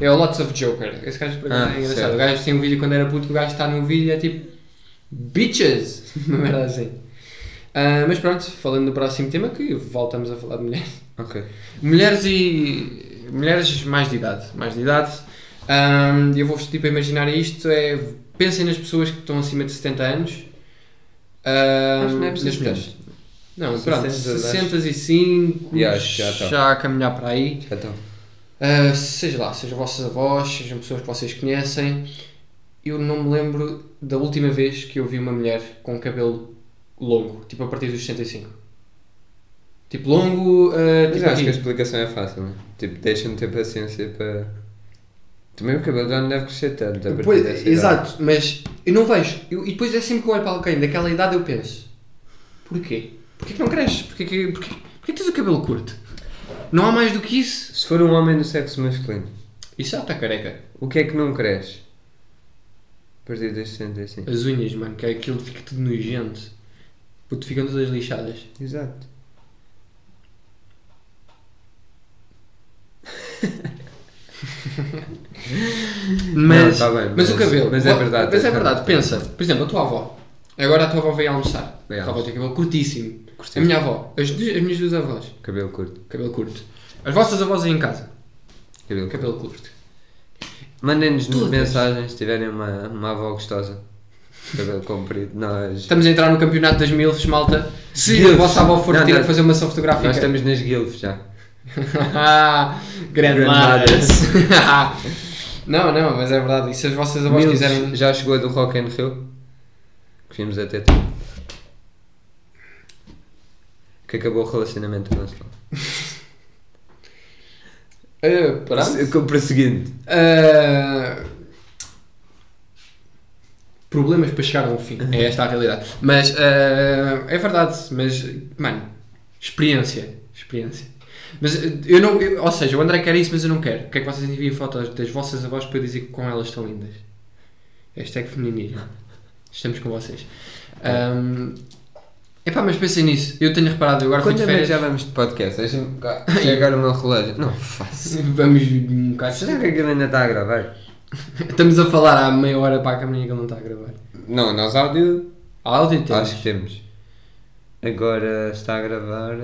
É o Lots of Joker. Esse gajo por acaso Ah, é engraçado. certo. O gajo tem um vídeo quando era puto que o gajo está num vídeo e é tipo. Bitches! Uma merda assim. Ah, mas pronto, falando do próximo tema que voltamos a falar de mulheres. Ok. Mulheres e. Mulheres mais de idade. Mais de idade. Ahm, eu vou-vos tipo a imaginar isto: é. Pensem nas pessoas que estão acima de 70 anos. Ahm, Acho que não é nas preciso mulheres. tanto. Não, pronto, 60, 65, Yeah, já, já tá. a caminhar para aí. Já estão. Ah, seja lá, sejam vossos avós, sejam pessoas que vocês conhecem. Eu não me lembro da última vez que eu vi uma mulher com cabelo longo, tipo a partir dos 65. Tipo longo, ah, tipo Mas acho que a aqui. explicação é fácil, né? Tipo, deixam-me ter paciência para. Também o cabelo já não deve crescer tanto. a partir Pois, dessa idade. exato, mas eu não vejo. Eu- e depois é sempre que eu olho para alguém daquela idade eu penso: porquê? Porquê que não cresces? Porquê que, porquê, porquê que tens o cabelo curto? Não há mais do que isso? Se for um homem do sexo masculino, Isso já está tá careca. o que é que não cresce? A partir dos 65. As unhas, mano, que é aquilo fica tudo nojento. Puto, ficam todas lixadas. Exato. Mas, tá bem, mas, o mas- cabelo. mas é Ó, verdade, Mas é é verdade, verdade. pensa. Por exemplo, a tua avó. Agora a tua avó veio almoçar. A Veio tua avó almoçar. tem cabelo curtíssimo. Curtíssimo. A minha avó. As, duas- as minhas duas avós. Cabelo curto. Cabelo curto. As vossas avós aí em casa. Cabelo curto. Cabelo curto. Mandem-nos Todas. mensagens se tiverem uma, uma avó gostosa. Cabelo comprido. Nós, Estamos a entrar no campeonato das milfs, malta. Se a Milfs. vossa avó for Não, ter não. que fazer uma ação fotográfica. nós estamos nas guilds já. Ah, Grandmadas. não, não, mas é verdade. E se as vossas avós Mills quiserem. já chegou a do Rock and Rio? Que vimos até tempo. Que acabou o relacionamento do nosso lado. Ah, pronto. Se- Para o seguinte. Ah, problemas para chegar a um fim. É esta a realidade. Mas ah, é verdade. Mas, mano, experiência. Experiência. Mas ah, eu não. eu- ou seja, o André quer isso, mas eu não quero. Porque é que vocês enviam fotos das vossas avós para eu dizer que com elas estão lindas? Hashtag feminismo. Estamos com vocês. Um, epá, mas pensem nisso. Eu tenho reparado, eu agora fui Quanto de tempo é que já férias. vamos de podcast? Deixa-me cá. chegar o meu relógio. Não faço. Vamos um bocado. Será que aquilo ainda está a gravar? Estamos a falar há meia hora para a câmera que ele não está a gravar. Não, nós áudio. Áudio temos. Acho que temos. Agora está a gravar.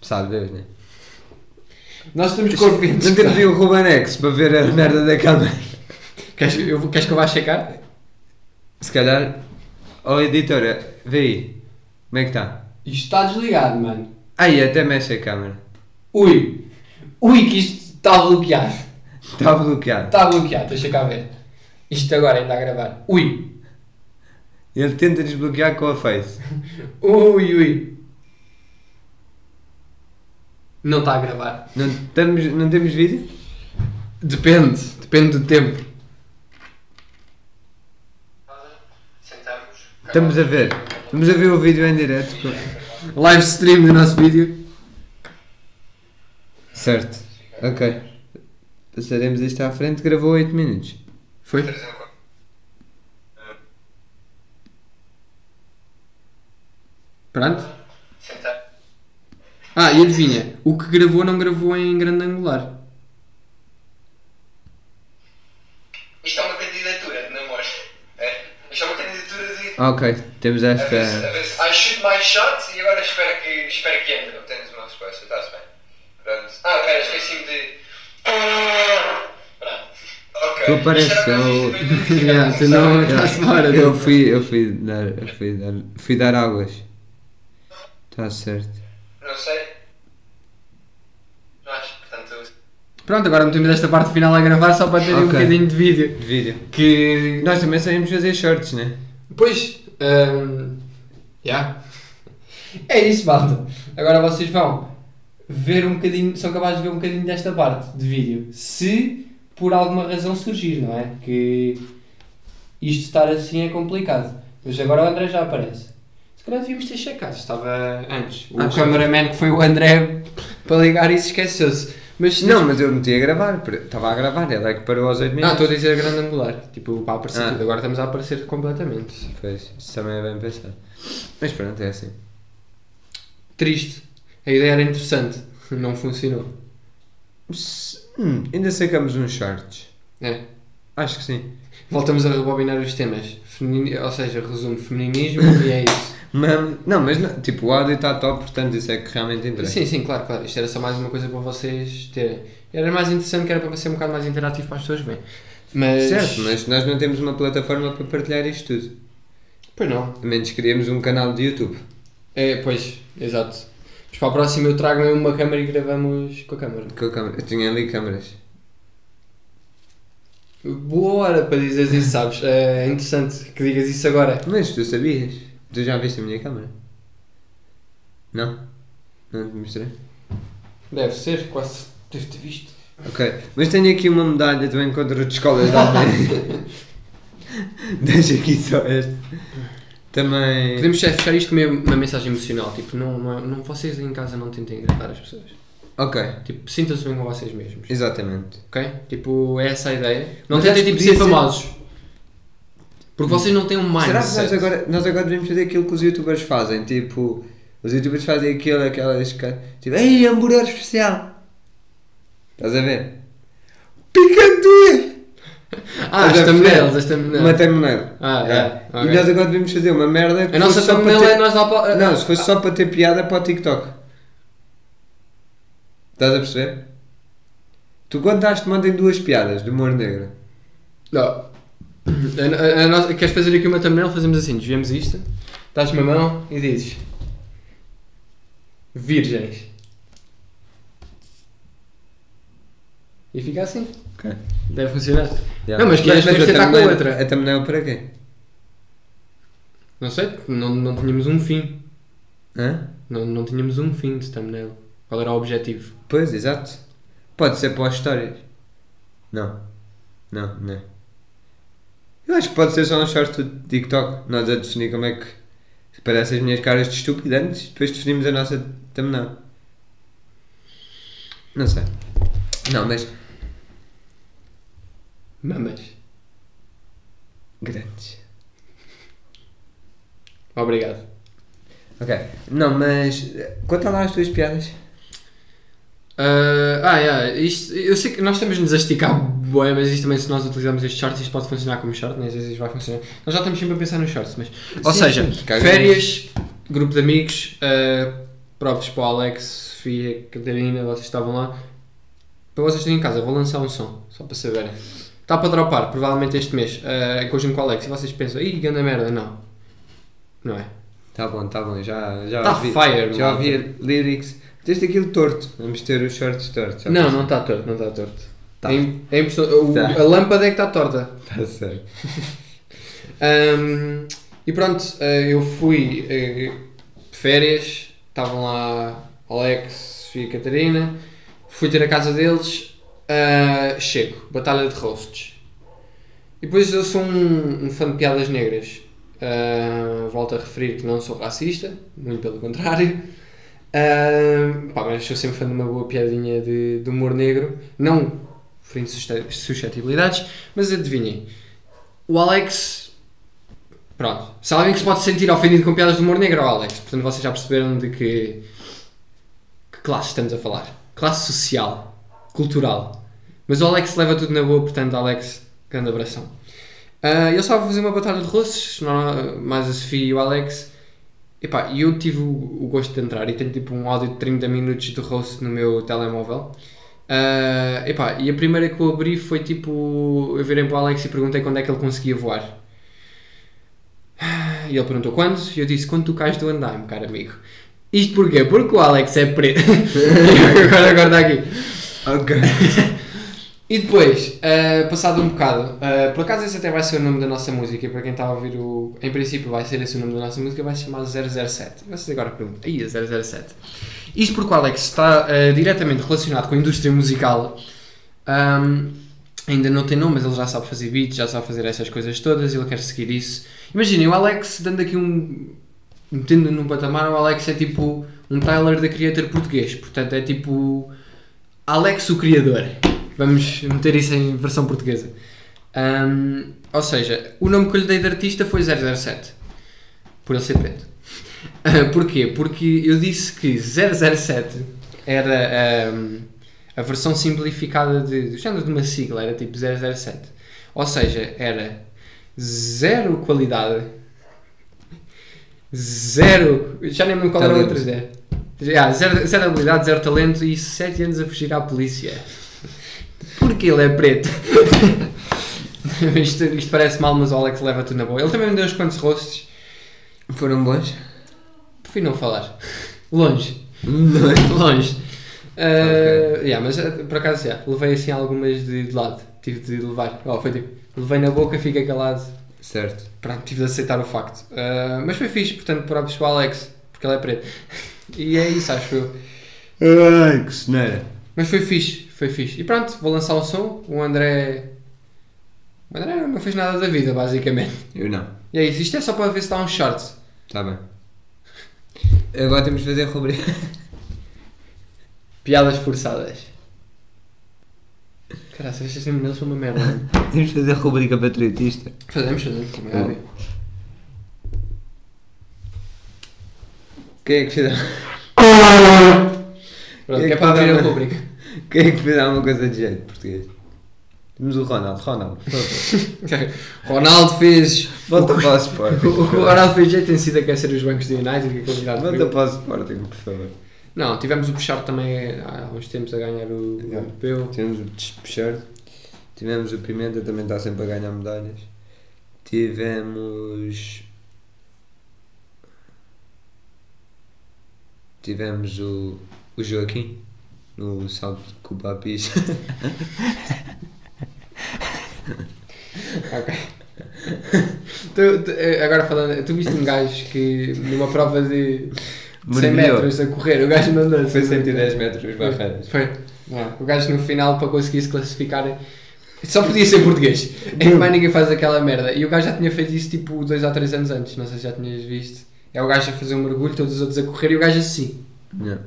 Sabe Deus, né? Nós estamos confiantes. Não temos aí o Rubanex para ver a merda da câmera. Queres, que- eu, vou- queres que eu vá checar? Se calhar. Ó editora, vê aí. Como é que está? Isto está desligado, mano. Aí, até mexe a câmera. Ui! Ui, que isto está bloqueado. Está Tá bloqueado. Está bloqueado, deixa cá ver. Isto agora ainda a gravar. Ui! Ele tenta desbloquear com a face. Ui, ui! Não está a gravar. Não, estamos, não temos vídeo? Depende, depende do tempo. Estamos a ver. Estamos a ver o vídeo em direto. Live stream do nosso vídeo. Certo. Ok. Passaremos isto à frente. Gravou 8 minutos. Foi? Pronto? Tá. Ah, e adivinha, o que gravou não gravou em grande angular. Isto é uma candidatura de namoro. É. Isto é uma candidatura de. Ok. Temos A ver se- a esta. ver se- I shoot my shot e agora espero que, espero que entre. Obtemos uma resposta, está-se bem. Pronto. Ah, pera, esqueci-me de. Pronto. Ok. Tu apareces, Isto era eu- para mim, Yeah, tu não estás fora. Eu fui, eu fui dar, fui dar, fui dar águas. Está certo. Não sei. Não acho, portanto. Pronto, agora metemos esta parte final a gravar só para terem um Ok. bocadinho de vídeo. De vídeo. Que. Nós também sabemos fazer shorts, né? Pois. hum, já. É isso, malta. Agora vocês vão ver um bocadinho. São capazes de ver um bocadinho desta parte de vídeo. Se por alguma razão surgir, não é? Que isto estar assim é complicado. Mas agora o André já aparece. Se calhar devíamos ter checado. Estava antes. O Antes. cameraman que foi o André para ligar isso esqueceu-se. Mas Não, mas eu meti a gravar. porque Estava a gravar, ela é que parou aos 8 Não, minutos. estou Ah, a dizer grande angular. Tipo, para aparecer Ah. tudo. Agora estamos a aparecer completamente. Pois, isso também é bem pensado. Mas pronto, é assim. Triste. A ideia era interessante. Não funcionou. S- hum, ainda sacamos uns shorts. É. Acho que sim. Voltamos a rebobinar os temas. Femini- Ou seja, resumo feminismo e é isso. Mas, não, mas não, tipo, o áudio está top, portanto isso é que realmente interessa. Sim, sim, claro, claro. Isto era só mais uma coisa para vocês terem. Era mais interessante que era para ser um bocado mais interativo para as pessoas verem. Mas. Certo, mas nós não temos uma plataforma para partilhar isto tudo. Pois não. A menos que criemos um canal de YouTube. É, pois, exato. Mas para a próxima eu trago mesmo uma câmera e gravamos com a câmera. Com a câmera. Eu tinha ali câmeras. Boa hora para dizeres isso, sabes? É interessante que digas isso agora. Mas tu sabias? Tu já viste a minha câmera? Não? Não te mostrei? Deve ser, quase deve ter visto. Ok, mas tenho aqui uma medalha do encontro de escolas da América. Deixa aqui só esta. Também. Podemos é, fechar isto com uma- uma mensagem emocional, tipo, não, não, é- não, vocês em casa não tentem agradar as pessoas. Ok, Tipo, sintam-se bem com vocês mesmos, exatamente. ok? Tipo, é essa a ideia. Não Mas tentem acho que tipo, ser podia ser- famosos. Porque vocês não têm um mindset. Será que nós agora, nós agora devemos fazer aquilo que os youtubers fazem? Tipo, os youtubers fazem aquilo, aquelas. ca- Tipo, ei, hambúrguer especial! Estás a ver? Picantia! Ah, as Estás a thumbnails, ver? as thumbnails. Uma thumbnail. Ah, É. é, ok. E nós agora devemos fazer uma merda. que A nossa fosse só para thumbnail ter- é nós lá para... Não, se fosse só para ter piada para o TikTok. Estás a perceber? Tu contaste-me ontem duas piadas de humor negro. Não. É, A- a- a nossa- Queres fazer aqui uma thumbnail? Fazemos assim, desviamos isto, dás-me a mão e dizes... Virgens. E fica assim. Ok. Deve funcionar. Não, mas que és a depois tentar com thumbnail- outra. A thumbnail para quê? Não sei, não, não tínhamos um fim. Hã? Não, não tínhamos um fim de thumbnail. Qual era o objetivo? Pois, exato. Pode ser para as histórias. Não. Não, não. é. Eu acho que pode ser só um short do TikTok. Nós a definir como é que se parecem as minhas caras de estúpido antes, depois definimos a nossa thumbnail. Não sei. Não, mas Mamas. grandes. Obrigado. Ok, não, mas eh, conta lá as tuas piadas. Ah, ah, yeah, isto, eu sei que nós estamos nos a esticar bué, mas isto também se nós utilizarmos este short, isto pode funcionar como short, nem às vezes vai funcionar. Nós já estamos sempre a pensar nos shorts, mas... Ou Sim, seja, sim, cagamos. férias, grupo de amigos, ah, próprios para o Alex, Sofia, Catarina, vocês estavam lá. Para vocês terem em casa, vou lançar um som, só para saberem. Está para dropar, provavelmente este mês, ah, em conjunto com o Alex, e vocês pensam, ih, grande merda, não. Não é? Tá bom, tá bom, já, já Tá ouvi. fire, já malta. ouvi lyrics. Tens aquilo torto. Vamos ter os shorts tortos. já Não, não está torto, não está torto. Tá. É im- é impressionante, o- Tá. A lâmpada é que está torta. Tá certo. Ahm, e pronto, eh, eu fui eh, de férias, estavam lá Alex, Sofia e Catarina, fui ter a casa deles, ah, chego, batalha de rostos. E depois eu sou um, um fã de piadas negras. Ah, volto a referir que não sou racista, muito pelo contrário. Ah, pá, mas sou sempre fã de uma boa piadinha de, de humor negro, não ferindo susce- suscetibilidades, mas adivinhem. O Alex. Pronto. Se há alguém que se pode sentir ofendido com piadas de humor negro, é o Alex. Portanto, vocês já perceberam de que. que classe estamos a falar. Classe social, cultural. Mas o Alex leva tudo na boa, portanto, Alex, grande abração. Ah, eu só vou fazer uma batalha de russos, não- mais a Sofia e o Alex. Epá, e eu tive o, o gosto de entrar e tenho tipo um áudio de 30 minutos de roast no meu telemóvel. Ah, epá, e a primeira que eu abri foi tipo. Eu virei para o Alex e perguntei quando é que ele conseguia voar. E ele perguntou quando? E eu disse: Quando tu cais do andaime, caro amigo. Isto porquê? Porque o Alex é preto. agora, agora dá aqui. Ok. E depois, ah, passado um bocado, ah, por acaso esse até vai ser o nome da nossa música, e para quem está a ouvir o. Em princípio vai ser esse o nome da nossa música, vai se chamar 007. E Vocês agora perguntam, aí 007. Isto porque o Alex está ah, diretamente relacionado com a indústria musical. Ahm, ainda não tem nome, mas ele já sabe fazer beats, já sabe fazer essas coisas todas, ele quer seguir isso. Imaginem, o Alex dando aqui um. metendo num patamar, o Alex é tipo um Tyler da Creator português, portanto é tipo. Alex o Criador. Vamos meter isso em versão portuguesa. Ahm, ou seja, o nome que eu lhe dei de artista foi 007. Por ele ser preto. Ah, porquê? Porque eu disse que 007 era ahm, a versão simplificada de, do género de uma sigla, era tipo 007. Ou seja, era zero qualidade, zero. Já nem me lembro qual era a Talento. outra ideia. Ah, zero, zero habilidade, zero talento e 7 anos a fugir à polícia. Porque ele é preto. isto, isto parece mal, mas o Alex leva tudo na boa. Ele também me deu uns quantos rostos. Foram bons? Prefiro não falar. Longe. Não. Longe. Uh, yeah, mas eh, por acaso já, levei assim algumas de, de lado. Tive de levar. Oh, foi tipo, levei na boca, fiquei calado. Certo. Pronto, tive de aceitar o facto. Uh, mas foi fixe, portanto, para o pessoal Alex, porque ele é preto. e é isso, acho eu. Ai, que ceneira. Mas foi fixe, foi fixe. E pronto, vou lançar o som. O André. O André não fez nada da vida, basicamente. Eu não. E é isso, isto é só para ver se dá um short. Está bem. Agora temos de fazer a rubrica. Piadas forçadas. Caralho, estas e-mails são uma merda. temos de fazer a rubrica patriotista. Fazemos, fazemos, como é óbvio. Quem é que fez, Pronto, É que é que para abrir a dá- rubrica. quem é que fez alguma coisa de jeito português? Temos o Ronaldo. Ronaldo, por favor. Ok. Ronaldo fez. Volta o que- para o Sporting. O que o Ronaldo fez jeito tem sido aquecer os bancos do United que é convidado Volta frio. para o Sporting, por favor. Não, tivemos o Puxar também há uns tempos a ganhar o Yeah. europeu. Tivemos o Despechard, tivemos o Pimenta, também está sempre a ganhar medalhas. Tivemos. Tivemos o, o Joaquim no salto de Cuba à pista. Ok. Tu- tu- eh, agora falando, tu viste um gajo que numa prova de 100 Mergulhou. metros a correr, o gajo mandou-se. Foi é 110 metros as barreiras. Foi. Não, é? o gajo no final para conseguir se classificar só podia ser português. É que mais ninguém faz aquela merda. E o gajo já tinha feito isso tipo 2 ou 3 anos antes, não sei se já tinhas visto. É o gajo a fazer um mergulho, todos os outros a correr e o gajo assim. Não. é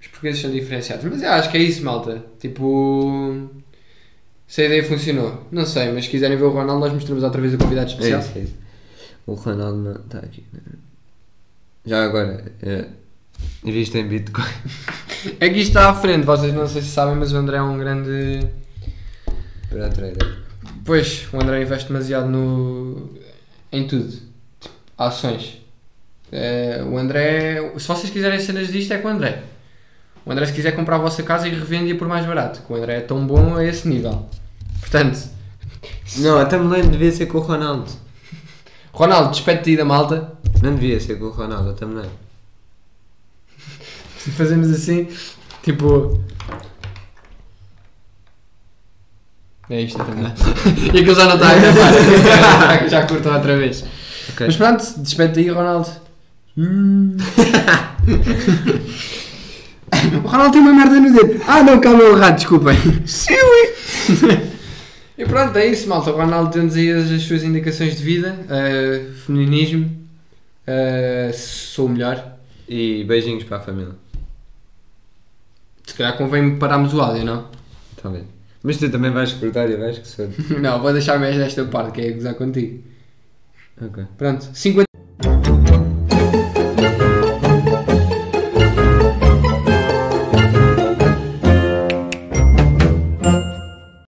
Os portugueses são diferenciados. Mas eu acho que é isso, malta. Tipo. Se a ideia funcionou, não sei, mas se quiserem ver o Ronaldo, nós mostramos outra vez o convidado É especial. isso, é isso. O Ronaldo não está aqui. né? Já agora, é, invista em Bitcoin. É que isto está à frente, vocês não sei se sabem, mas o André é um grande. Para a trader. Pois, o André investe demasiado no. em tudo. Tipo, Ações. Eh, o André. Se vocês quiserem cenas disto, é com o André. O André, se quiser comprar a vossa casa e revende-a por mais barato, que o André é tão bom a esse nível. Portanto, Não, até me lembro, devia ser com o Ronaldo. Ronaldo, despede-te aí da malta. Não devia ser com o Ronaldo, até me lembro. Fazemos assim, tipo. É isto também. e aquilo já não está a gravar. Já curtam outra vez. Ok. Mas pronto, despede aí, Ronaldo. Hum. o Ronaldo tem uma merda no dedo. Ah, não, calma, eu errado, desculpem. e pronto, é isso, malta. O Ronaldo deu-nos aí as, as suas indicações de vida: eh, feminismo, eh, sou o melhor. E beijinhos para a família, Se calhar convém pararmos o áudio, não? talvez. Tá Mas tu também vais cortar e vais que sou. não, vou deixar mais desta parte, que é gozar contigo. Ok. Pronto, 50.